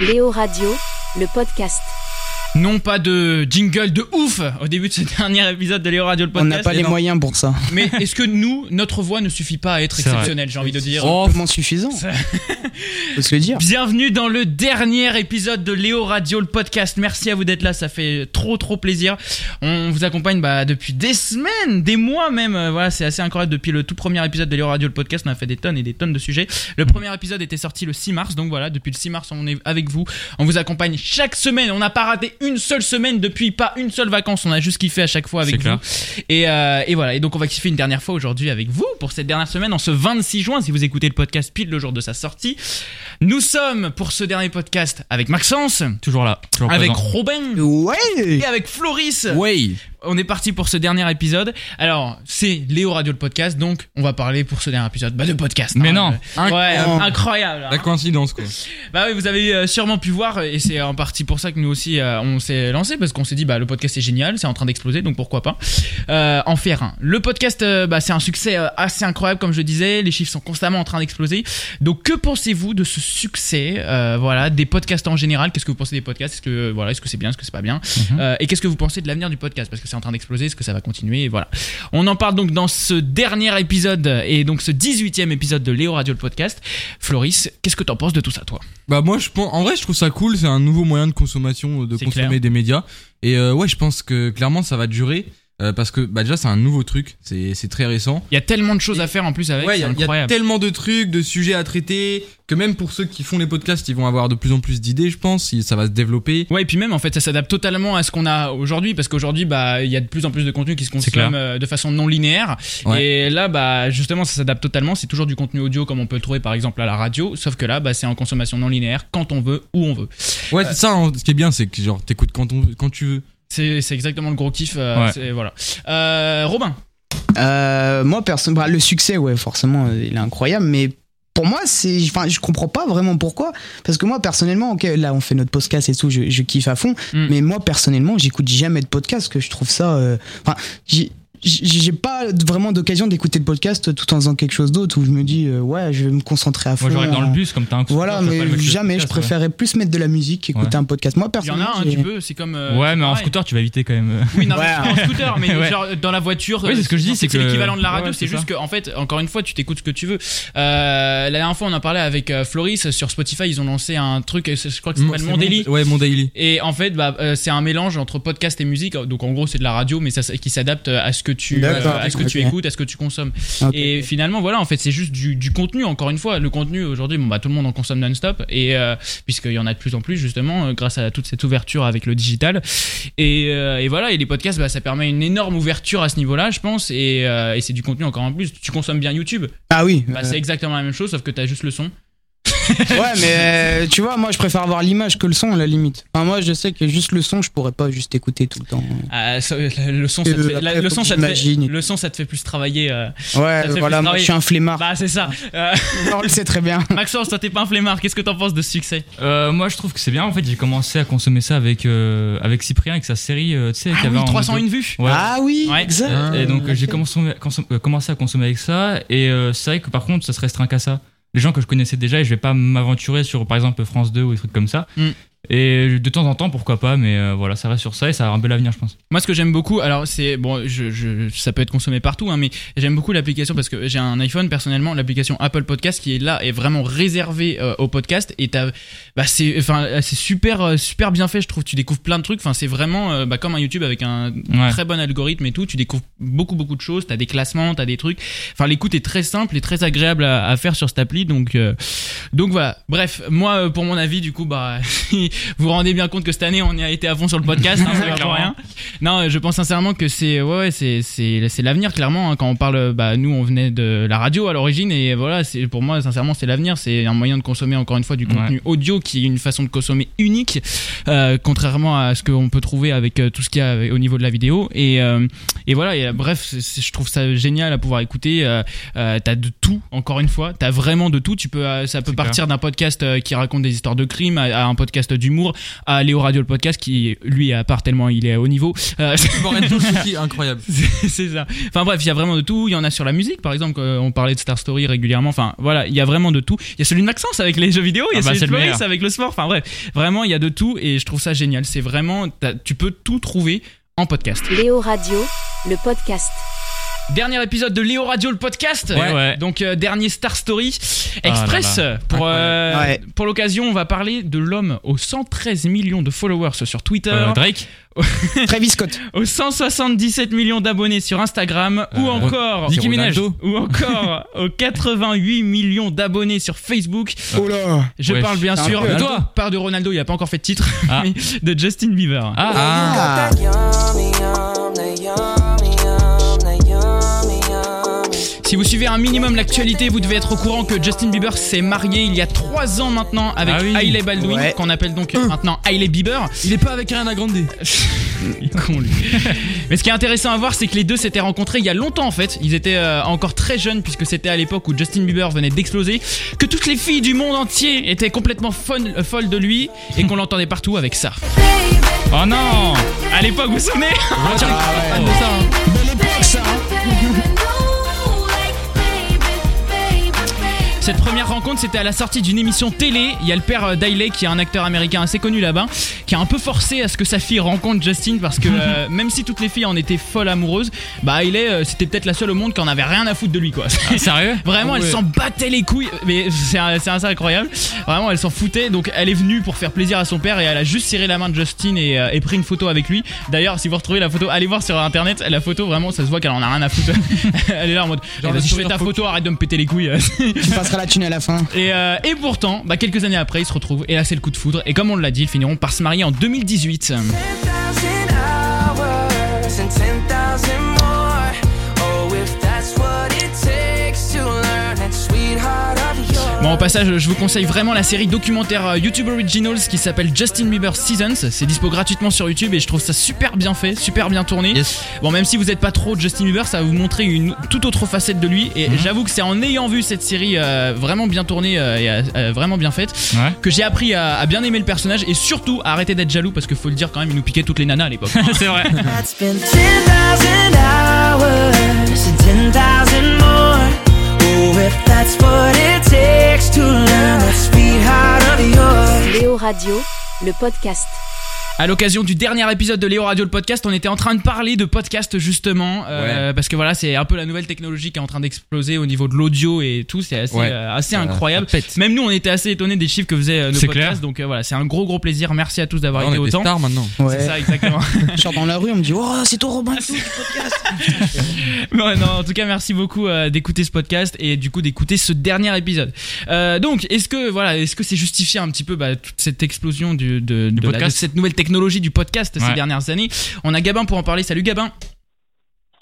Léo Radio, le podcast. Non pas de jingle de ouf au début de ce dernier épisode de Léo Radio le On podcast. n'a Eh pas les ben, Non. moyens pour ça. Mais est-ce que nous, notre voix ne suffit pas à être C'est vrai. exceptionnelle, j'ai envie de dire Oh, comment suffisant. Faut se le hein. dire. Bienvenue dans le dernier épisode de Léo Radio, le podcast. Merci à vous d'être là, ça fait trop trop plaisir. On vous accompagne bah, depuis des semaines, des mois même. Euh, Voilà, c'est assez incroyable. Depuis le tout premier épisode de Léo Radio, le podcast, on a fait des tonnes et des tonnes de sujets. Le premier épisode était sorti le 6 mars, donc voilà, depuis le 6 mars, on est avec vous. On vous accompagne chaque semaine. On n'a pas raté une seule semaine depuis pas une seule vacance. On a juste kiffé à chaque fois avec C'est vous. clair. Et, euh, et voilà, et donc on va kiffer une dernière fois aujourd'hui avec vous pour cette dernière semaine, en ce 26 juin, si vous écoutez le podcast pile le jour de sa sortie. Nous sommes pour ce dernier podcast avec Maxence, Toujours là. Toujours avec présent. Robin Ouais. et avec Floris. Ouais. On est parti pour ce dernier épisode. Alors, c'est Léo Radio le podcast, donc on va parler pour ce dernier épisode bah, de podcast. Mais non. Ouais, Incroyable. incroyable. hein. La coïncidence, quoi. Bah oui, vous avez euh, sûrement pu voir, et c'est en partie pour ça que nous aussi euh, on s'est lancé, parce qu'on s'est dit, bah le podcast est génial, c'est en train d'exploser, donc pourquoi pas euh, en faire un. Le podcast, euh, bah, c'est un succès euh, assez incroyable, comme je disais, les chiffres sont constamment en train d'exploser. Donc que pensez-vous de ce succès, euh, voilà, des podcasts en général Qu'est-ce que vous pensez des podcasts Est-ce que euh, voilà, est-ce que c'est bien, est-ce que c'est pas bien Mhm. Euh, Et qu'est-ce que vous pensez de l'avenir du podcast Parce que c'est en train d'exploser, est-ce que ça va continuer Et Voilà. On en parle donc dans ce dernier épisode, et donc ce 18e épisode de Léo Radio le podcast. Floris, qu'est-ce que t'en penses de tout ça, toi Bah moi je pense en vrai je trouve ça cool, c'est un nouveau moyen de consommation euh, de C'est consommer clair. des médias et euh, ouais, je pense que clairement ça va durer euh, parce que bah déjà c'est un nouveau truc, c'est c'est très récent. Il y a tellement de choses à faire en plus avec, ouais, il y c'est a- il y, a incroyable. tellement de trucs, de sujets à traiter que même pour ceux qui font les podcasts, ils vont avoir de plus en plus d'idées, je pense, si ça va se développer. Ouais, et puis même en fait, ça s'adapte totalement à ce qu'on a aujourd'hui parce qu'aujourd'hui, bah, il y a de plus en plus de contenu qui se C'est clair. consomme euh, de façon non linéaire. Ouais. Et là, bah, justement, ça s'adapte totalement. C'est toujours du contenu audio comme on peut le trouver par exemple à la radio, sauf que là, bah, c'est en consommation non linéaire quand on veut, où on veut. Ouais, c'est ça hein, ce qui est bien, c'est que genre t'écoutes quand on quand tu veux. C'est c'est exactement le gros kiff. euh, Ouais. c'est- Voilà. Euh, Robin, Euh, moi, personne. bah, le succès, ouais, forcément, euh, il est incroyable, mais. Pour moi, c'est, enfin, je comprends pas vraiment pourquoi, parce que moi personnellement, ok, là on fait notre podcast et tout, je, je kiffe à fond, Mm. mais moi personnellement, j'écoute jamais de podcast, que je trouve ça, euh, enfin, j'ai- j'ai j'ai pas vraiment d'occasion d'écouter de podcast tout en faisant quelque chose d'autre où je me dis, euh, ouais, je vais me concentrer à fond. Moi, j'aurais dans le en- bus, comme t'as un coup. Voilà, je peux pas le mais mettre sur le jamais, je podcast, préférais plus mettre de la musique qu'écouter Ouais. un podcast. il Moi, y en personnellement, a un, j'ai- tu peux. C'est comme. euh, ouais, mais en pareil. scooter, tu vas éviter quand même. Oui, non, Ouais. mais c'est en scooter, mais Ouais. genre dans la voiture. Oui, c'est ce que je dis, c'est c'est que- l'équivalent de la radio. Ouais, c'est c'est juste que, en fait, encore une fois, tu t'écoutes ce que tu veux. Euh, la dernière fois, on en parlait avec euh, Floris sur Spotify. Ils ont lancé un truc, euh, je crois que ça Mmh, s'appelle C'est Mon Daily. Ouais, mon daily. Et en fait, bah, euh, c'est un mélange entre podcast et musique. Donc en gros, c'est de la radio, mais ça, ça- qui s'adapte à ce que tu, D'accord. euh, à ce que tu Ok. écoutes, à ce que tu consommes. Ok. Et finalement, voilà, en fait, c'est juste du, du contenu. Encore une fois, le contenu aujourd'hui, bon, bah, tout le monde en consomme non-stop, et euh, puisqu'il y en a de plus en plus justement, euh, grâce à toute cette ouverture avec le digital. Et, euh, et voilà, et les podcasts, bah, ça permet une énorme ouverture à ce niveau-là, je pense. Et, euh, et c'est du contenu encore en plus. Tu consommes bien YouTube, Ah oui. bah, euh, c'est exactement la même chose, sauf que t'as juste le son. ouais, mais euh, tu vois, moi, je préfère avoir l'image que le son, à la limite. Enfin, moi, je sais que juste le son, je pourrais pas juste écouter tout le temps. Ah, ça- le son, ça te Euh, fait, la- après, le faut son, que ça te fait, j'imagine. le son, ça te fait plus travailler. euh, Ouais, fait voilà, plus moi, travailler. je suis un flemmard. Bah c'est ça. Euh, On le sait très bien. Maxence, toi t'es pas un flemmard, qu'est-ce que t'en penses de ce succès Euh, moi, je trouve que c'est bien. En fait, j'ai commencé à consommer ça avec, euh, avec Cyprien, avec sa série, euh, tu sais, qu'il y Ah avait oui, en- 301 vues. Ouais. Ah oui, Ouais. exact. Ah. Et donc, Ok. euh, j'ai consommé- consom- euh, commencé à consommer avec ça. Et euh, c'est vrai que par contre, ça se restreint qu'à ça. Les gens que je connaissais déjà, et je vais pas m'aventurer sur, par exemple, France 2 ou des trucs comme ça. Mm. Et de temps en temps, pourquoi pas, mais euh, voilà, ça reste sur ça et ça a un bel avenir, je pense. Moi ce que j'aime beaucoup, alors c'est bon, je, je- ça peut être consommé partout, hein, mais j'aime beaucoup l'application parce que j'ai un iPhone personnellement, l'application Apple Podcast qui est là est vraiment réservée euh, au podcast et t'as, bah c'est, enfin euh, c'est super euh, super bien fait, je trouve. Tu découvres plein de trucs, enfin c'est vraiment euh, bah, comme un YouTube avec un Ouais. très bon algorithme et tout. Tu découvres beaucoup beaucoup de choses. T'as des classements, t'as des trucs. Enfin, l'écoute est très simple et très agréable à, à faire sur cette appli. Donc, euh, donc voilà. Bref, moi euh, pour mon avis, du coup, bah, vous vous rendez bien compte que cette année on y a été à fond sur le podcast. hein, c'est pas pour Clairement. rien. Non, euh, je pense sincèrement que c'est ouais, ouais, c'est c'est c'est l'avenir clairement. hein. quand on parle, euh, bah nous on venait de la radio à l'origine et voilà, c'est pour moi sincèrement c'est l'avenir. C'est un moyen de consommer encore une fois du Ouais. contenu audio qui est une façon de consommer unique. Euh, contrairement à ce qu'on peut trouver avec euh, tout ce qu'il y a euh, au niveau de la vidéo. Et, euh, et voilà, et, euh, bref, c'est- c'est- je trouve ça génial à pouvoir écouter. Euh, euh, t'as de tout, encore une fois, t'as vraiment de tout. Tu peux, euh, ça peut C'est partir d'un podcast euh, qui raconte des histoires de crimes à, à un podcast d'humour à Léo Radio le podcast qui lui à part tellement il est à haut niveau. Euh, Lorenzo Schucchi, incroyable. c'est c'est ça. Enfin bref, il y a vraiment de tout. Il y en a sur la musique, par exemple, euh, on parlait de Star Story régulièrement. Enfin voilà, il y a vraiment de tout. Il y a celui de Maxence avec les jeux vidéo, il y a Ah bah, celui c'est de le Floris meilleur. avec le sport. Enfin bref, vraiment il y a de tout et je trouve ça génial. C'est vraiment, t'as- tu peux tout trouver en podcast. Léo Radio, le podcast. Dernier épisode de Léo Radio le podcast. Ouais, ouais. Donc euh, dernier Star Story Ah là Express. Pour euh, Incroyable. pour l'occasion, on va parler de l'homme aux 113 millions de followers sur Twitter. Euh, Drake Travis Scott. aux 177 millions d'abonnés sur Instagram ou Euh, encore Nicki Minaj. Ronaldo. ou encore aux 88 millions d'abonnés sur Facebook. Oh là. Je Ouais, parle bien c'est un sûr peu- de Ronaldo. toi, par de Ronaldo, il n'y a pas encore fait de titre, Ah. mais de Justin Bieber. Ah, Ah. Si vous suivez un minimum l'actualité, vous devez être au courant que Justin Bieber s'est marié il y a 3 ans maintenant avec Ah oui. Hailey Baldwin, Ouais. qu'on appelle donc maintenant Hailey Bieber. Il est pas avec Ariana Grande. Il est con, lui. Mais ce qui est intéressant à voir, c'est que les deux s'étaient rencontrés il y a longtemps en fait. Ils étaient euh, encore très jeunes puisque c'était à l'époque où Justin Bieber venait d'exploser, que toutes les filles du monde entier étaient complètement fol- euh, folles de lui et qu'on l'entendait partout avec ça. oh non À l'époque, vous vous souvenez Oh. Ah, hein. Cette première rencontre, c'était à la sortie d'une émission télé. Il y a le père euh, d'Hailey, qui est un acteur américain assez connu là-bas, qui a un peu forcé à ce que sa fille rencontre Justin parce que euh, même si toutes les filles en étaient folles amoureuses, bah Hailey, euh, c'était peut-être la seule au monde qui en avait rien à foutre de lui quoi. Ah, Sérieux Vraiment, elle Ouais. s'en battait les couilles. Mais c'est un- c'est assez incroyable. Vraiment, elle s'en foutait. Donc, elle est venue pour faire plaisir à son père et elle a juste serré la main de Justin et, euh, et pris une photo avec lui. D'ailleurs, si vous retrouvez la photo, allez voir sur internet. La photo, vraiment, ça se voit qu'elle en a rien à foutre. elle est là en mode Genre eh, le Vas-y, je fais sourire ta faux. photo, arrête de me péter les couilles. Tu passeras la thune à la fin. et, euh, et pourtant, bah, quelques années après, ils se retrouvent. Et là, c'est le coup de foudre. Et comme on l'a dit, ils finiront par se marier en 2018. Bon, au passage, je vous conseille vraiment la série documentaire euh, YouTube Originals qui s'appelle Justin Bieber Seasons. C'est dispo gratuitement sur YouTube et je trouve ça super bien fait, super bien tourné. Yes. Bon, même si vous n'êtes pas trop de Justin Bieber, ça va vous montrer une toute autre facette de lui. Et j'avoue que c'est en ayant vu cette série euh, vraiment bien tournée euh, et euh, vraiment bien faite Ouais. que j'ai appris à, à bien aimer le personnage et surtout à arrêter d'être jaloux parce que faut le dire quand même, il nous piquait toutes les nanas à l'époque. C'est vrai. Léo Radio, le podcast. À l'occasion du dernier épisode de Léo Radio le podcast, on était en train de parler de podcast justement euh, parce que voilà, c'est un peu la nouvelle technologie qui est en train d'exploser au niveau de l'audio et tout, c'est assez Ouais. euh, assez Ça- incroyable. ça pète. Même nous, on était assez étonnés des chiffres que faisait euh, le C'est podcast, clair. Ah, donc euh, voilà, c'est un gros gros plaisir. Merci à tous bah, d'avoir On été est des autant. stars maintenant. C'est Ouais. ça Ah, exactement. Je sors dans la rue, on me dit Oh, c'est toi, Robin. et tout. Ouais, non, en tout cas, merci beaucoup euh, d'écouter ce podcast et du coup d'écouter ce dernier épisode. Euh, donc, est-ce que voilà, est-ce que c'est justifié un petit peu bah, toute cette explosion du, de, de la- podcast. de cette nouvelle technologie du podcast ces Ouais. dernières années On a Gabin pour en parler. Salut Gabin,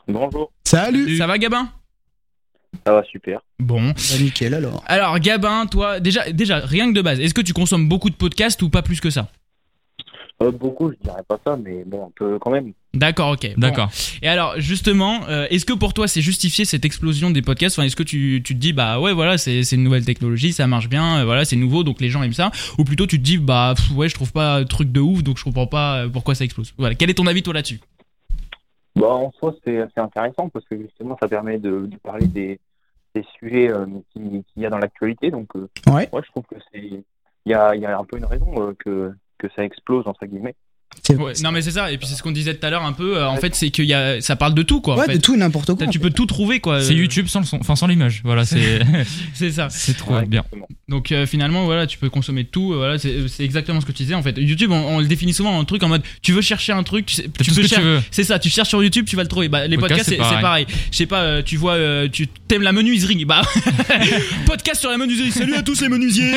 Bonjour, Salut. ça va Gabin ça va super. Bon. Bah, nickel alors. Alors Gabin, toi, déjà, déjà, rien que de base, est-ce que tu consommes beaucoup de podcasts ou pas plus que ça Euh, beaucoup, je dirais pas ça, mais bon, un peu quand même. D'accord, ok. Bon. D'accord. Et alors, justement, euh, est-ce que pour toi c'est justifié cette explosion des podcasts enfin, Est-ce que tu, tu te dis, bah ouais, voilà, c'est c'est une nouvelle technologie, ça marche bien, euh, voilà, c'est nouveau, donc les gens aiment ça Ou plutôt tu te dis, bah pff, ouais, je trouve pas truc de ouf, donc je comprends pas euh, pourquoi ça explose. Voilà, quel est ton avis toi là-dessus Bah, en soi, c'est assez intéressant parce que justement, ça permet de, de parler des, des sujets euh, qui- qu'il y a dans l'actualité. Donc, euh, Ouais. moi, je trouve que c'est. Il y a, il y a un peu une raison euh, que, que ça explose, entre guillemets. C'est- Ouais, Non, mais c'est ça, et puis c'est ce qu'on disait tout à l'heure un peu, euh, en fait, c'est que y a, ça parle de tout, quoi. en Ouais, fait. de tout et n'importe quoi. T'as- tu peux tout trouver, quoi. C'est Euh, YouTube sans le son, enfin sans l'image. Voilà, c'est C'est ça. c'est trop Ouais, bien. exactement. Donc euh, finalement, voilà, tu peux consommer de tout. euh, voilà, c'est euh, c'est exactement ce que tu disais en fait. YouTube, on, on le définit souvent en truc en mode tu veux chercher un truc, tu, sais- T'as tu tout ce peux que tu chercher. veux. C'est ça, tu cherches sur YouTube, tu vas le trouver. Bah, les Podcast, podcasts, c'est c'est c'est pareil. pareil. Je sais pas, euh, tu vois, euh, tu t'aimes la menuiserie. Bah, podcast sur la menuiserie. Salut à tous les menuisiers.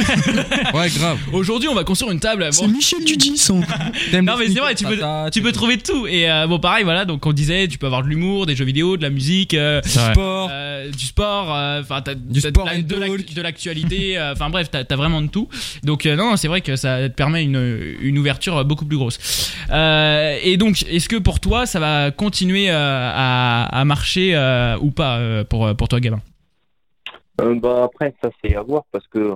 Ouais, grave. Aujourd'hui, on va construire une table. C'est Bon, Michel Dudis, son. Non, mais c'est vrai, tu peux- tu peux trouver de tout. Et euh, bon, pareil, voilà. Donc on disait, tu peux avoir de l'humour, des jeux vidéo, de la musique. euh, C'est vrai. Sport. euh, du sport, euh, enfin t'as- Du t'as- sport t'as and de l'ac- talk. de l'actualité, euh, enfin bref, t'as t'as vraiment de tout. Donc euh, non, non, c'est vrai que ça te permet une, une ouverture beaucoup plus grosse. Euh, et donc, est-ce que pour toi, ça va continuer euh, à, à marcher euh, ou pas euh, pour, pour toi, Gabin Euh, bah, après, ça, c'est à voir parce que, euh,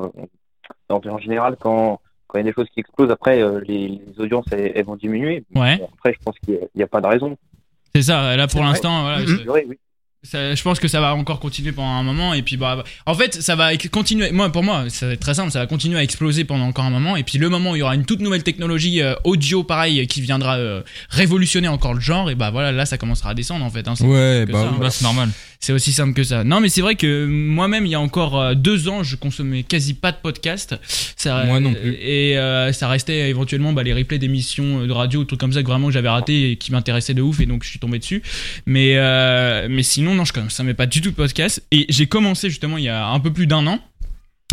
en, en général, quand, quand quand il y a des choses qui explosent, après, euh, les, les audiences, elles, elles vont diminuer. Ouais. Bon, après, je pense qu'il n'y a, pas de raison. C'est ça, là pour C'est vrai. l'instant, voilà, Mhm. ça- Oui, oui. ça- je pense que ça va encore continuer pendant un moment. Et puis, bah, bah, en fait, ça va ex- continuer. Moi, pour moi, ça va être très simple. Ça va continuer à exploser pendant encore un moment. Et puis, le moment où il y aura une toute nouvelle technologie euh, audio, pareil, qui viendra euh, révolutionner encore le genre, et bah voilà, là, ça commencera à descendre en fait. hein. C'est- Ouais, que bah ça, oui. hein. Bah, c'est normal. C'est aussi simple que ça. Non, mais c'est vrai que moi-même, il y a encore euh, deux ans, je consommais quasi pas de podcast. Ça, Moi non plus. Et euh, ça restait éventuellement bah, les replays d'émissions euh, de radio ou trucs comme ça que vraiment que j'avais raté et qui m'intéressaient de ouf et donc je suis tombé dessus. Mais, euh, mais sinon, non, je consommais pas du tout de podcast. Et j'ai commencé justement il y a un peu plus d'un an.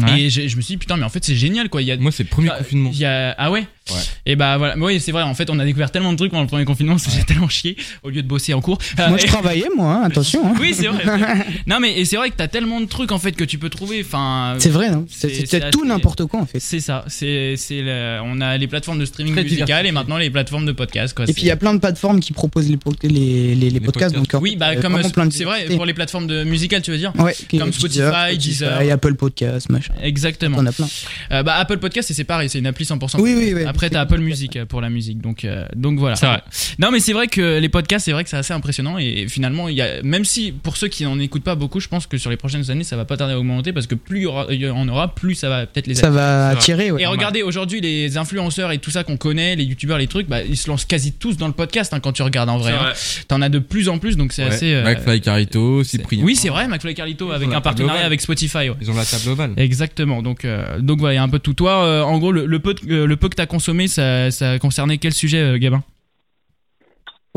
Ouais. Et j'ai- je me suis dit, putain, mais en fait, c'est génial quoi. Il y a Moi, c'est le premier ah, confinement. il y a- Ah ouais, Ouais. Et bah voilà. Oui, c'est vrai. En fait, on a découvert tellement de trucs pendant le premier confinement, c'est tellement chier au lieu de bosser en cours. Moi, Euh, je travaillais, moi, hein, attention. hein. oui, c'est vrai. non, mais et c'est vrai que t'as tellement de trucs en fait que tu peux trouver. Enfin, C'est vrai, hein. c'est C'est- c'est c'est tout assez- n'importe quoi en fait. c'est ça. C'est c'est le- on a les plateformes de streaming Très musical diversifié. et maintenant les plateformes de podcast quoi. Et puis il y a plein de plateformes qui proposent les, po- les, les, les podcasts. podcasts. Donc, en oui, fait, bah il y a comme vraiment euh, plein de c'est vrai diversité. pour les plateformes de musicales, tu veux dire Ouais, qui- comme Spotify, Deezer. Apple Podcast, machin. Exactement. On a plein. Euh, bah Apple Podcast et c'est pareil, c'est une appli 100%. Oui, oui, oui. Après t'as Apple Music euh, pour la musique, donc euh, donc voilà. C'est vrai. Non mais c'est vrai que les podcasts, c'est vrai que c'est assez impressionnant et finalement il y a même si pour ceux qui n'en écoutent pas beaucoup, je pense que sur les prochaines années ça va pas tarder à augmenter parce que plus il y aura- il y en aura, plus ça va peut-être les Ça va C'est vrai. attirer, ouais. Et regardez, aujourd'hui, les influenceurs et tout ça qu'on connaît, les youtubeurs, les trucs, bah, ils se lancent quasi tous dans le podcast hein, quand tu regardes en vrai. hein. T'en as de plus en plus, donc c'est Ouais. assez. euh, McFly Carito, c'est- hein. Cyprien. Oui, c'est vrai, McFly et Carlito Ils avec ont la un table partenariat ovale. avec Spotify. ouais. Ils ont la table ovale. Exactement, donc, euh, donc voilà, il y a un peu de tout. Toi, euh, en gros, le, le peu, euh, le peu que t'as consommé, ça, ça concernait quel sujet, euh, Gabin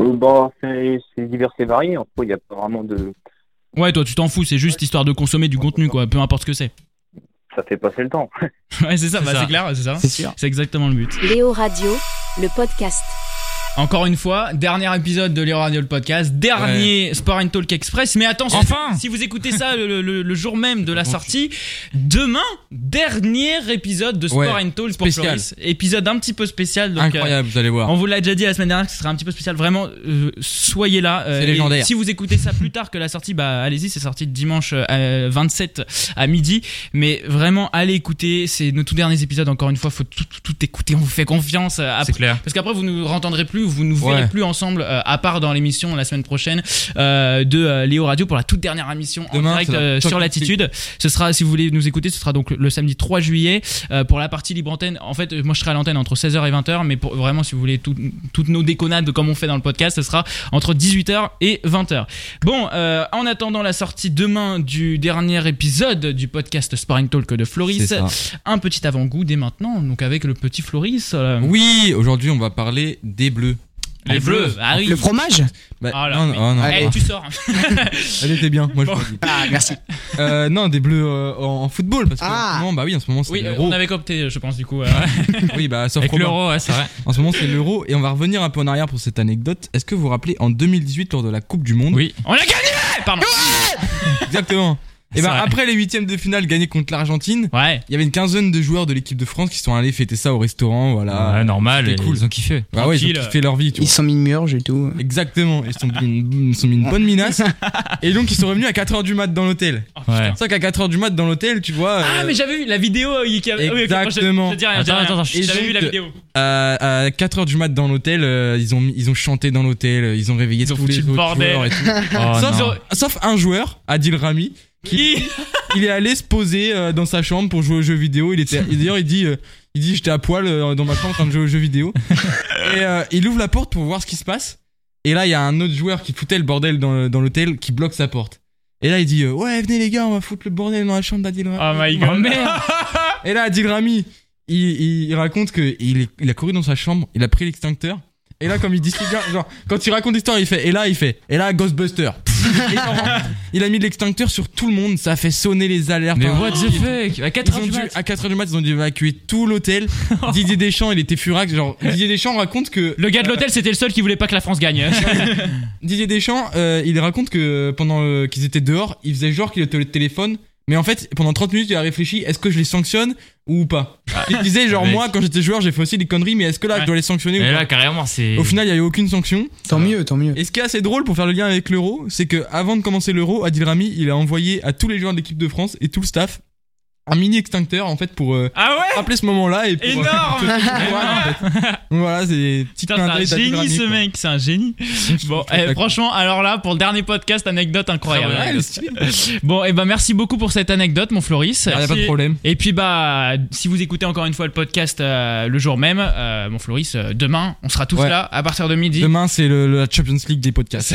Euh, bah, c'est c'est divers et varié. En fait, il n'y a pas vraiment de. Ouais, toi, tu t'en fous, c'est juste histoire de consommer du contenu, quoi, peu importe ce que c'est. Ça fait passer le temps. ouais, c'est ça, C'est bah, ça. c'est clair, c'est ça. C'est sûr. C'est exactement le but. Léo Radio, le podcast. Encore une fois, dernier épisode de Léo Radio le podcast, dernier Sport and Talk Express. Mais attention, Enfin si vous écoutez ça le, le- le jour même de la sortie, demain, dernier épisode de Sport Ouais, and Talk pour spécial. Floris. Épisode un petit peu spécial. Donc, Incroyable, vous allez euh, voir. on vous l'a déjà dit la semaine dernière que ce sera un petit peu spécial. Vraiment, euh, soyez là. euh, C'est et légendaire. Si vous écoutez ça plus tard que la sortie, bah allez-y, c'est sorti dimanche euh, à 27 à midi. Mais vraiment, allez écouter. C'est nos tout derniers épisodes. Encore une fois, faut tout, tout- tout écouter. On vous fait confiance. euh, Après, C'est clair. parce qu'après, vous nous entendrez plus, vous nous verrez Ouais. plus ensemble, euh, à part dans l'émission la semaine prochaine euh, de euh, Léo Radio pour la toute dernière émission en Demain, direct c'est la euh, Talk sur Actu. Latitude. Ce sera, si vous voulez nous écouter, ce sera donc le samedi 3 juillet euh, pour la partie libre antenne. En fait, euh, moi je serai à l'antenne entre 16h et 20h, mais pour, vraiment, si vous voulez tout- toutes nos déconnades comme on fait dans le podcast, ce sera entre 18h et 20h. Bon, euh, en attendant la sortie demain du dernier épisode du podcast Sparring Talk de C'est Floris, ça. un petit avant-goût dès maintenant, donc avec le petit Floris. euh, Oui, aujourd'hui on va parler des bleus. les bleus, ah oui. Le fromage Bah, Ah là, non, mais- non, non, Eh, Allez. non. tu sors. Elle était bien, moi je Bon. vous le dis. Ah, merci. Euh, non, des bleus euh, en, en football parce que Ah. en ce moment, bah oui, en ce moment c'est Oui, euh, l'euro. on avait copté, je pense, du coup. euh. Oui, bah sauf Avec Robin. l'euro, ouais, c'est vrai. En ce moment c'est l'euro et on va revenir un peu en arrière pour cette anecdote. Est-ce que vous vous rappelez en 2018 lors de la Coupe du Monde Oui. on a gagné Pardon. Exactement. Et C'est ben vrai. après les huitièmes de finale gagnés contre l'Argentine, Ouais. il y avait une quinzaine de joueurs de l'équipe de France qui sont allés fêter ça au restaurant, voilà. Ouais, normal, c'était cool. ils ont kiffé. Bah ouais, ils Tranquille. ont fait leur vie, tu Ils vois. sont mis murge et tout. Exactement, ils se sont mis une, ils se sont mis une bonne minace. Et donc ils sont revenus à 4h du mat dans l'hôtel. Oh, putain. Ouais. C'est vrai qu'à 4h du mat dans l'hôtel, tu vois, Ah, euh, mais j'avais vu la vidéo. euh, qui avait- oui, ok, Exactement. Je, je dis rien, je dis Attends, rien. attends, attends, je- J'avais Et vu la donc, vidéo. à, à 4h du mat dans l'hôtel, euh, ils, ont, mis- ils ont chanté dans l'hôtel, euh, ils ont réveillé Ils ont tous foutu les le autres bordel. joueurs et tout. Oh, sauf, non. sauf un joueur, Adil Rami, Qui il est allé se poser euh, dans sa chambre pour jouer aux jeux vidéo. Il était, et d'ailleurs, il dit, euh, il dit, j'étais à poil euh, dans ma chambre en train de jouer aux jeux vidéo. et euh, il ouvre la porte pour voir ce qui se passe. Et là, il y a un autre joueur qui foutait le bordel dans, le- dans l'hôtel, qui bloque sa porte. Et là, il dit, euh, ouais, venez les gars, on va foutre le bordel dans la chambre d'Adil Rami. Oh my Oh, god. merde. Ah, Et là, Adil Rami, il, il- il raconte que il, est- il a couru dans sa chambre, il a pris l'extincteur. Et là, comme il dit, genre, quand il raconte l'histoire, il fait, et là, il fait, et là, Ghostbuster. Et il en rentre. il a mis l'extincteur sur tout le monde, ça a fait sonner les alertes. Mais Oh, Enfin, what the fuck À ils 4 ont heures du dû- mat. à 4h du mat, ils ont dû évacuer tout l'hôtel. Didier Deschamps, il était furax. Genre, Didier Deschamps raconte que. Le gars de l'hôtel, c'était le seul qui voulait pas que la France gagne. Didier Deschamps, euh, il raconte que pendant euh, qu'ils étaient dehors, il faisait genre qu'il était le téléphone. Mais en fait, pendant 30 minutes, il a réfléchi est-ce que je les sanctionne ou pas Il disait genre, mec. moi, quand j'étais joueur, j'ai fait aussi des conneries, mais est-ce que là, Ah. Ouais. je dois les sanctionner Mais ou là, pas carrément, c'est. Au final, il n'y a eu aucune sanction. Tant mieux, tant mieux. Et ce qui est assez drôle pour faire le lien avec l'euro, c'est que avant de commencer l'euro, Adil Rami, il a envoyé à tous les joueurs de l'équipe de France et tout le staff un mini extincteur en fait pour euh, Ah ouais rappeler ce moment-là et pour. Énorme Voilà, en fait. Voilà, c'est petit Putain, clin d'œil c'est un génie d'Adrien ce Mick, mec, c'est un génie. Bon, eh, D'accord. franchement, alors là, pour le dernier podcast, anecdote quoi. incroyable. Ah Ouais, elle est stylée. bon, et ben merci beaucoup pour cette anecdote, mon Floris. Ah, y a pas de Si- problème. Et puis bah, si vous écoutez encore une fois le podcast euh, le jour même, euh, mon Floris, euh, demain, on sera tous Ouais. là à partir de midi. Demain, c'est le, la Champions League des podcasts.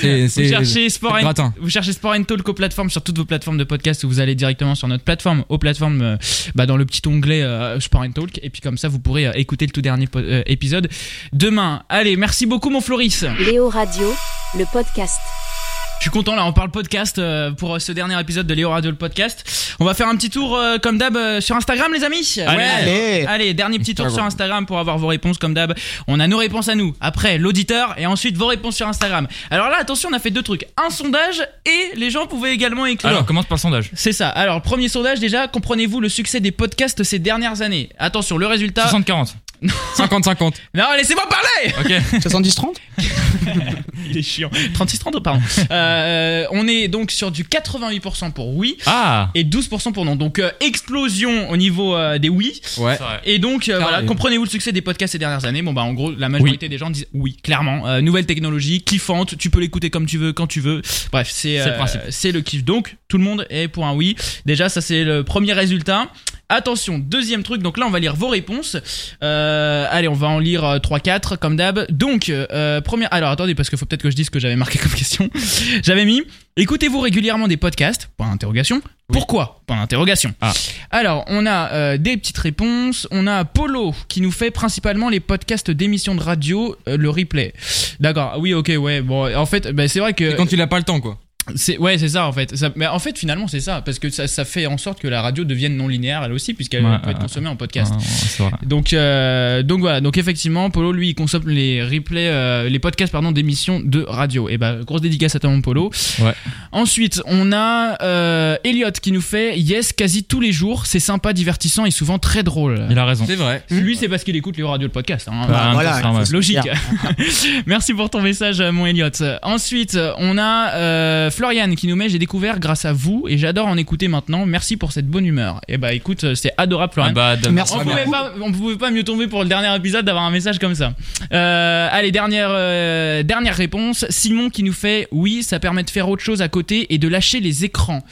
C'est Vous c'est- cherchez, Sport c'est and, gratin. vous cherchez Sport and Talk aux plateformes, sur toutes vos plateformes de podcast, ou vous allez directement sur notre plateforme, aux plateformes, euh, bah, dans le petit onglet euh, Sport and Talk, et puis comme ça, vous pourrez euh, écouter le tout dernier po- euh, épisode demain. Allez, merci beaucoup, mon Floris. Léo Radio, le podcast. Je suis content là, on parle podcast euh, pour euh, ce dernier épisode de Léo Radio le podcast. On va faire un petit tour euh, comme d'hab euh, sur Instagram les amis. Allez. Allez. Allez, dernier petit tour sur Instagram pour avoir vos réponses comme d'hab. On a nos réponses à nous, après l'auditeur et ensuite vos réponses sur Instagram. Alors là, attention, on a fait deux trucs, un sondage et les gens pouvaient également écrire. Alors, commence par le sondage. c'est ça. Alors, premier sondage déjà, comprenez-vous le succès des podcasts ces dernières années Attention, le résultat. 60-40. 50-50. Non, laissez-moi parler Ok. 70-30 Il est chiant. 36-30, pardon. Euh, on est donc sur du 88% pour oui. Ah et 12% pour non. Donc euh, explosion au niveau euh, des oui. Ouais. Et donc euh, voilà, Carrément. comprenez-vous le succès des podcasts ces dernières années Bon bah en gros, la majorité des gens disent oui, clairement. Euh, nouvelle technologie, kiffante, tu peux l'écouter comme tu veux, quand tu veux. Bref, c'est C'est le euh, principe. c'est le kiff. Donc tout le monde est pour un oui. Déjà ça c'est le premier résultat. Attention, deuxième truc, donc là on va lire vos réponses. Euh, allez, on va en lire 3-4 comme d'hab. Donc, euh, première... Alors attendez, parce qu'il faut peut-être que je dise ce que j'avais marqué comme question. J'avais mis Écoutez-vous régulièrement des podcasts Point d'interrogation. Pourquoi Point d'interrogation. Ah. Alors, on a euh, des petites réponses. On a Polo qui nous fait principalement les podcasts d'émissions de radio, euh, le replay. D'accord. Oui, ok, ouais. Bon, en fait, bah, c'est vrai que Et quand il a pas le temps, quoi. c'est ouais, c'est ça en fait. Ça- mais en fait, finalement, c'est ça parce que ça, ça fait en sorte que la radio devienne non linéaire elle aussi puisqu'elle Ouais, peut être ouais, consommée en podcast. Ah, c'est vrai. Donc, euh, donc voilà, donc effectivement, Polo lui il consomme les replays, euh, les podcasts pardon d'émissions de radio. Et bah grosse dédicace à ton Polo. Ouais. Ensuite, on a euh, Elliot qui nous fait yes quasi tous les jours. C'est sympa, divertissant et souvent très drôle. Il a raison. Ah, C'est vrai. Lui c'est parce qu'il écoute les radio le podcast. hein. Bah, voilà, c'est normal. il faut se Logique. dire. Merci pour ton message, euh, mon Elliot. Ensuite, on a euh, Florian qui nous met J'ai découvert grâce à vous et j'adore en écouter maintenant. Merci pour cette bonne humeur. Et bah écoute, c'est adorable, Florian. Ah bah, dame- Merci. On Ah, pouvait, merci. pas, on pouvait pas mieux tomber pour le dernier épisode d'avoir un message comme ça. Euh, allez, dernière, euh, dernière réponse. Simon qui nous fait Oui, ça permet de faire autre chose à côté et de lâcher les écrans.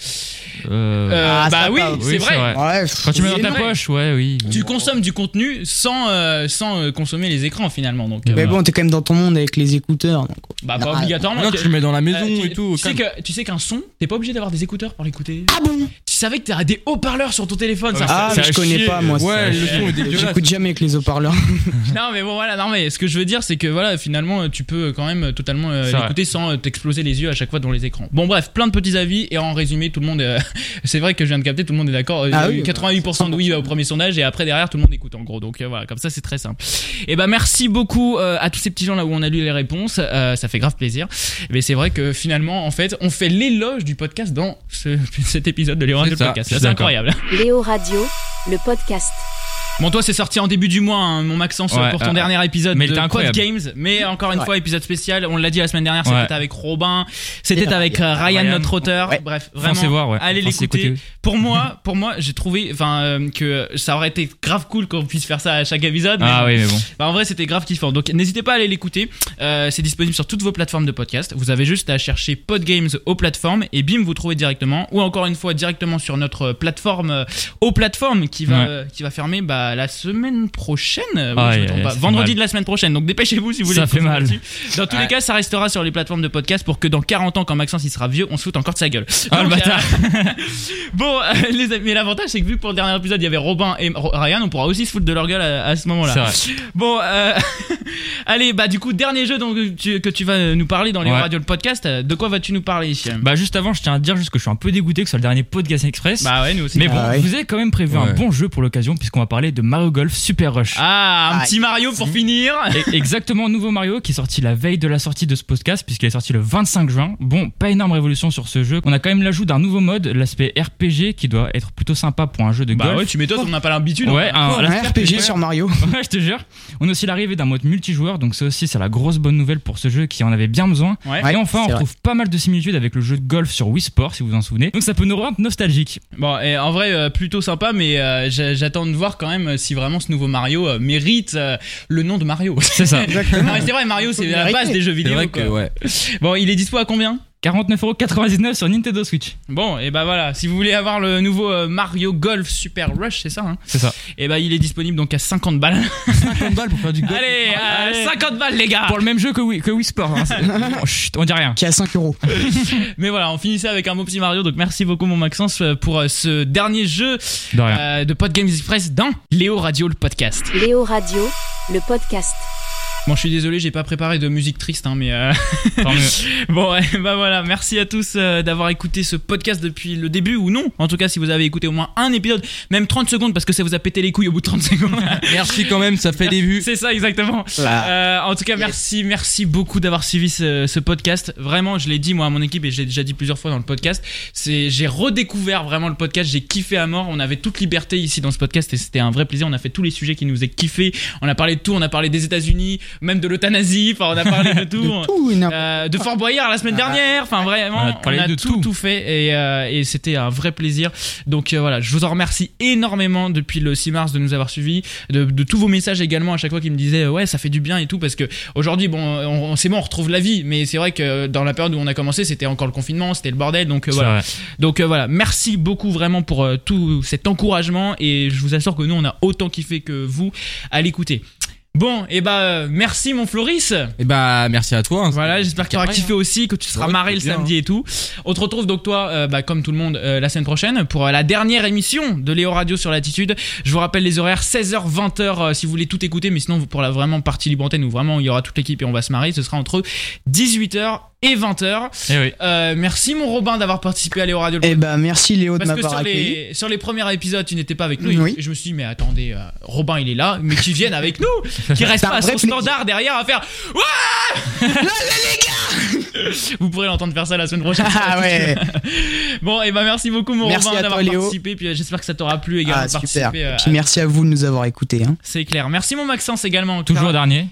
euh, Euh, Ah, bah ça oui, parle. c'est oui, vrai. Ouais. Quand tu mets dans C'est ta vrai. poche, ouais, oui. Tu consommes du contenu sans, euh, sans euh, consommer les écrans finalement. Donc, euh, Mais bon, t'es quand même dans ton monde avec les écouteurs. donc. bah, pas Ah, obligatoirement. Non, tu le mets dans la maison Euh, tu, et tout. tu sais calme. que- tu sais qu'un son, t'es pas obligé d'avoir des écouteurs pour l'écouter. Ah bon Tu savais que t'as des haut-parleurs sur ton téléphone, ça. Ah, ça mais je a connais chier. pas moi. ça. Ouais, le c'est- son est dégueulasse. J'écoute jamais avec les haut-parleurs. Non, mais bon, voilà, non, mais ce que je veux dire, c'est que voilà, finalement, euh, tu peux quand même totalement euh, C'est vrai. l'écouter sans euh, t'exploser les yeux à chaque fois dans les écrans. Bon, bref, plein de petits avis, et en résumé, tout le monde. euh, c'est vrai que je viens de capter, tout le monde est d'accord. Euh, Ah il y a eu oui, 88% de oui euh, au premier sondage, et après, derrière, tout le monde écoute, en gros. Donc euh, voilà, comme ça, c'est très simple. Et ben, merci beaucoup euh, à tous ces petits gens là où on a lu les réponses. euh, ça fait grave plaisir. Mais c'est vrai que finalement, en fait, on fait l'éloge du podcast dans ce- cet épisode de Léon C'est de ça, podcast. je suis C'est d'accord. incroyable. Léo Radio, le podcast. Bon, toi, c'est sorti en début du mois, hein, mon Maxence, Ouais, pour ton euh, dernier épisode mais il de était Quad incroyable. Games. Mais encore une Mmh. Ouais. fois, épisode spécial. On l'a dit la semaine dernière, c'était Ouais. avec Robin, c'était Et avec euh, Ryan, Ryan. notre auteur. Ouais. Bref, Vraiment, vraiment. voir, ouais. allez Enfin, c'est l'écouter. écouter. Pour moi, pour moi, j'ai trouvé, enfin, euh, que ça aurait été grave cool qu'on puisse faire ça à chaque épisode. mais Ah bon. oui, mais bon. Bah, en vrai, c'était grave kiffant. Donc, n'hésitez pas à aller l'écouter. Euh, c'est disponible sur toutes vos plateformes de podcast. Vous avez juste à chercher Podgames aux plateformes et bim, vous trouvez directement. Ou encore une fois, directement sur notre plateforme euh, aux plateformes qui va, Ouais. euh, qui va fermer bah, la semaine prochaine. Euh, Ah, oui, je me ouais, trompe ouais, pas. ça fait Vendredi mal. de la semaine prochaine. Donc, dépêchez-vous si vous voulez. Ça fait vous mal. là-dessus. Dans tous les cas, ça restera sur les plateformes de podcast pour que dans 40 ans, quand Maxence il sera vieux, on se foute encore de sa gueule. Ah, le Donc, bâtard. euh, bon, euh, les amis, mais l'avantage c'est que vu que pour le dernier épisode il y avait Robin et Ro- Ryan, on pourra aussi se foutre de leur gueule à, à ce moment-là. C'est vrai. Bon, euh, allez, bah du coup, dernier jeu donc, que, tu, que tu vas nous parler dans les Ouais. radios le podcast, euh, de quoi vas-tu nous parler ici Bah, juste avant, je tiens à dire juste que je suis un peu dégoûté que ce soit le dernier podcast express. Bah ouais, nous aussi. Mais bon, Ah ouais. vous avez quand même prévu un Ouais. bon jeu pour l'occasion, puisqu'on va parler de Mario Golf Super Rush. Ah, un Ah, petit Mario pour finir. Et- Exactement, nouveau Mario qui est sorti la veille de la sortie de ce podcast, puisqu'il est sorti le 25 juin. Bon, pas énorme révolution sur ce jeu. On a quand même l'ajout d'un nouveau mode, l'aspect RPG, qui doit être plutôt sympa pour un jeu de Bah ouais, golf. tu m'étonnes, on n'a pas l'habitude. Ouais, un, Un l'aspect RPG sur Mario. Ouais, je te jure. On a aussi l'arrivée d'un mode multijoueur, donc ça aussi, c'est la grosse bonne nouvelle pour ce jeu qui en avait bien besoin. Ouais. et enfin, on c'est retrouve pas mal de similitudes avec le jeu de golf sur Wii Sport, si vous vous en souvenez. Donc ça peut nous rendre nostalgique. Bon, et en vrai, euh, plutôt sympa, mais euh, j'a- j'attends de voir quand même euh, si vraiment ce nouveau Mario euh, mérite euh, le nom de Mario. C'est ça. Non, mais c'est vrai, Mario, c'est la Mérité. base des jeux C'est vidéo. vrai que, quoi. ouais. Bon, il est dispo à combien 49,99€ sur Nintendo Switch. Bon, et bah voilà, si vous voulez avoir le nouveau euh, Mario Golf Super Rush, c'est ça, hein C'est ça. Et bah il est disponible donc à 50 balles. 50 balles pour faire du golf. Allez, euh, Allez. 50 balles les gars Pour le même jeu que Wii, que Wii Sport. hein. C'est- Bon, chut, on dit rien. Qui est à 5 euros. Mais voilà, on finissait avec un beau petit Mario, donc merci beaucoup mon Maxence euh, pour euh, ce dernier jeu De rien. euh, de Pod Games Express dans Léo Radio, le podcast. Léo Radio, le podcast. Bon, je suis désolé, j'ai pas préparé de musique triste, hein, mais... euh, Tant mieux. Bon, ouais, bah voilà, merci à tous euh, d'avoir écouté ce podcast depuis le début ou non. En tout cas, si vous avez écouté au moins un épisode, même 30 secondes, parce que ça vous a pété les couilles au bout de 30 secondes. Merci quand même, ça fait des vues. C'est ça, exactement. Euh, en tout cas, merci, merci beaucoup d'avoir suivi ce, ce podcast. Vraiment, je l'ai dit moi à mon équipe et j'ai déjà dit plusieurs fois dans le podcast. C'est, j'ai redécouvert vraiment le podcast. J'ai kiffé à mort. On avait toute liberté ici dans ce podcast et c'était un vrai plaisir. On a fait tous les sujets qui nous aient kiffé. On a parlé de tout. On a parlé des États-Unis, même de l'euthanasie. Enfin, on a parlé de tout. De tout, une- Euh, de Fort Boyard la semaine dernière. Enfin, vraiment, Ah. On a on a, parlé de tout, tout. tout fait et, euh, et c'était un vrai plaisir. Donc euh, voilà, je vous en remercie énormément depuis le 6 mars de nous avoir suivis, de, de tous vos messages également à chaque fois qui me disaient euh, ouais ça fait du bien et tout parce que aujourd'hui bon on, on- c'est bon on retrouve la vie mais c'est vrai que euh, dans la période où on a commencé c'était encore le confinement c'était le bordel donc euh, C'est voilà vrai. donc euh, voilà, merci beaucoup vraiment pour euh, tout cet encouragement et je vous assure que nous on a autant kiffé que vous à l'écouter. Bon, et bah euh, merci mon Floris. Et bah, merci à toi. hein. Voilà, j'espère qu'il aura Pareil, kiffé aussi, que tu seras Ouais, marré le c'est bien, samedi et tout. On te retrouve donc toi, euh, bah, comme tout le monde, euh, la semaine prochaine pour euh, la dernière émission de Léo Radio sur l'attitude. Je vous rappelle les horaires 16h 20h euh, si vous voulez tout écouter, mais sinon vous- pour la vraiment partie libre antenne où vraiment il y aura toute l'équipe et on va se marrer, ce sera entre 18h et 20h. Eh oui. Euh, merci mon Robin d'avoir participé à Léo Radio. Eh ben, merci Léo de Parce que m'avoir sur accueilli. les, sur les premiers épisodes, tu n'étais pas avec nous. Oui. Et je me suis dit, mais attendez, euh, Robin, il est là, mais qu'il vienne avec nous, qu'il reste C'est un pas à vrai son plaisir. standard derrière à faire Ouah Vous pourrez l'entendre faire ça la semaine prochaine. Ah ouais. Bon, et ben merci beaucoup, mon Merci Robin, à d'avoir toi, Léo. participé. Puis euh, j'espère que ça t'aura plu également Ah, de super. participer. euh, Ah, Puis merci à vous de nous avoir écoutés. hein. C'est clair. Merci, mon Maxence également. en tout Toujours cas. dernier.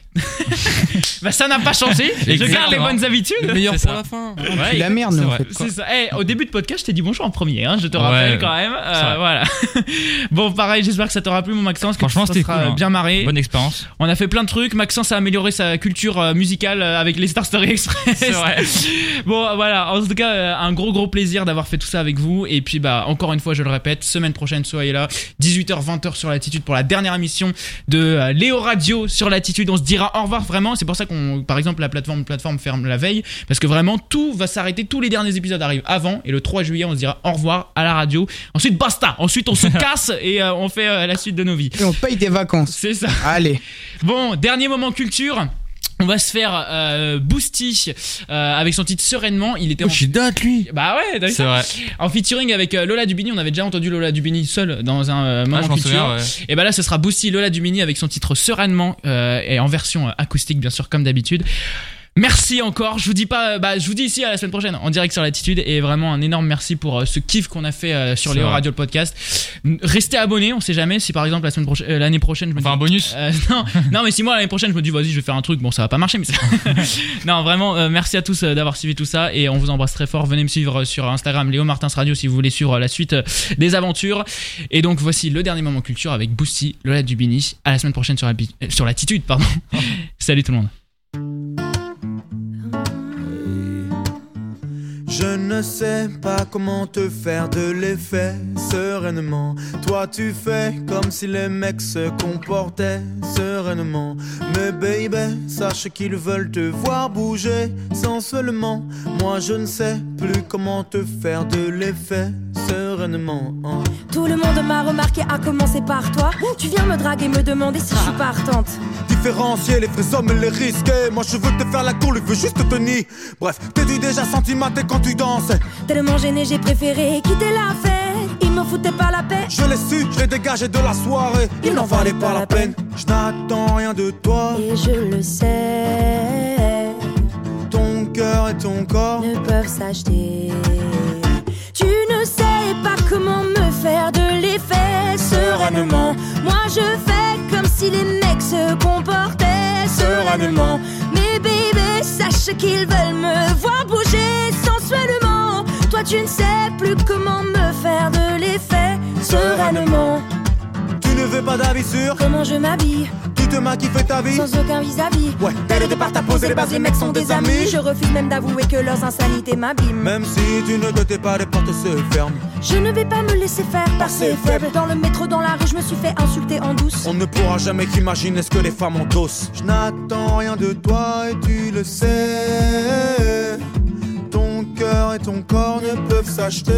Bah, ça n'a pas changé. je garde les Exactement. bonnes habitudes. Le meilleur C'est pour ça. la fin. Puis la merde, c'est nous, en vrai. fait. C'est ça. Eh, au début de podcast, je t'ai dit bonjour en premier, hein, je te rappelle Ouais, quand même. Euh, c'est vrai. voilà. bon, pareil, j'espère que ça t'aura plu, mon Maxence. que Franchement, tu te c'était seras cool, hein. bien marré. Bonne expérience. On a fait plein de trucs. Maxence a amélioré sa culture euh, musicale euh, avec les Star Story Express. C'est vrai. bon, euh, voilà. En tout cas, euh, un gros, gros plaisir d'avoir fait tout ça avec vous. Et puis, bah, encore une fois, je le répète, semaine prochaine, soyez là. 18h, 20h sur l'attitude pour la dernière émission de euh, Léo Radio sur l'attitude. On se dira au revoir vraiment. C'est pour ça qu'on, par exemple, la plateforme, plateforme ferme la veille. Parce que vraiment, tout va s'arrêter. Tous les derniers épisodes arrivent avant. Et le 3 juillet, on se dira au revoir à la radio. Ensuite, basta. Ensuite, on se casse et euh, on fait euh, la suite de nos vies. Et on paye des vacances. C'est ça. Allez. Bon, dernier moment culture. On va se faire euh, Boosty euh, avec son titre Sereinement. Il était en... Oh, je date, lui. Bah ouais, t'as vu C'est vrai. en featuring avec euh, Lola Dubini. On avait déjà entendu Lola Dubini seule dans un euh, Ah, moment je m'en culture. souviens. ouais. Et bah là, ce sera Boosty Lola Dumini avec son titre Sereinement euh, et en version euh, acoustique, bien sûr, comme d'habitude. Merci encore. Je vous dis pas, euh, bah, je vous dis ici à la semaine prochaine en direct sur l'attitude et vraiment un énorme merci pour euh, ce kiff qu'on a fait euh, sur C'est Léo vrai. Radio le podcast. Restez abonnés, on sait jamais si par exemple la semaine prochaine, euh, l'année prochaine, je me Enfin, un bonus. euh, non, non, mais si moi l'année prochaine je me dis vas-y je vais faire un truc, bon ça va pas marcher, mais ça... non vraiment euh, merci à tous euh, d'avoir suivi tout ça et on vous embrasse très fort. Venez me suivre euh, sur Instagram Léo Martins Radio si vous voulez suivre euh, la suite euh, des aventures. Et donc voici le dernier moment culture avec Boosty, Lola Dubini. À la semaine prochaine sur la bi- euh, sur l'attitude pardon. Salut tout le monde. Je ne sais pas comment te faire de l'effet sereinement. Toi, tu fais comme si les mecs se comportaient sereinement. Mais baby, sache qu'ils veulent te voir bouger sensuellement. Moi, je ne sais plus comment te faire de l'effet sereinement. hein. Tout le monde m'a remarqué, à commencer par toi. Tu viens me draguer, me demander si je suis partante. Différencier les vrais hommes et les risquer. Moi, je veux te faire la cour, lui veut juste te nier. Bref, t'es du déjà sentimenté quand tu danses. Tellement gênée, j'ai préféré quitter la fête. Ils m'en foutaient pas la paix. Je l'ai su, je l'ai dégagé de la soirée. Il n'en valait pas la peine. Je n'attends rien de toi. Et je le sais, Ton cœur et ton corps. ne peuvent s'acheter. Tu ne sais pas comment me faire de l'effet sereinement. Moi je fais comme si les mecs se comportaient sereinement. Mais bébés, sache qu'ils veulent me voir bouger sensuellement. Toi tu ne sais plus comment me faire de l'effet sereinement. Tu ne veux pas d'avis sûr. Comment je m'habille Tu te maquilles, fais ta vie. sans aucun vis-à-vis. Ouais, dès le départ, t'as posé les bases. Les mecs sont des amis. Je refuse même d'avouer que leurs insanités m'abîment. Même si tu ne te tais pas, les portes se ferment. Je ne vais pas me laisser faire par ces faibles. Dans le métro, dans la rue, je me suis fait insulter en douce. On ne pourra jamais qu'imaginer ce que les femmes endossent. Je n'attends rien de toi et tu le sais. Ton cœur et ton corps ne peuvent s'acheter.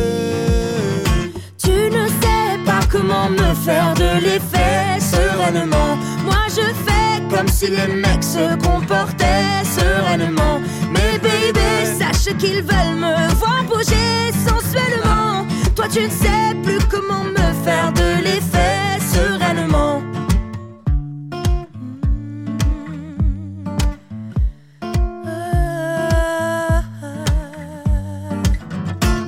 Tu ne sais pas comment me faire de l'effet sereinement. Moi, je fais comme si les mecs se comportaient sereinement. Mais bébé, sache qu'ils veulent me voir bouger sensuellement. Toi, tu ne sais plus comment me faire de l'effet sereinement. Ah,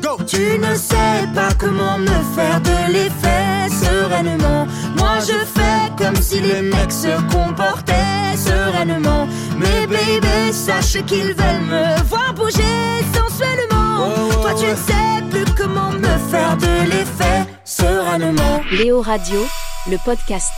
Go! Oh, Tu ne sais pas comment me faire de l'effet sereinement. Moi je fais comme si les mecs se comportaient sereinement. Mais bébé, sache qu'ils veulent me voir bouger sensuellement. Ouais, ouais, Toi tu ouais. ne sais plus comment me faire de l'effet sereinement. Léo Radio, le podcast.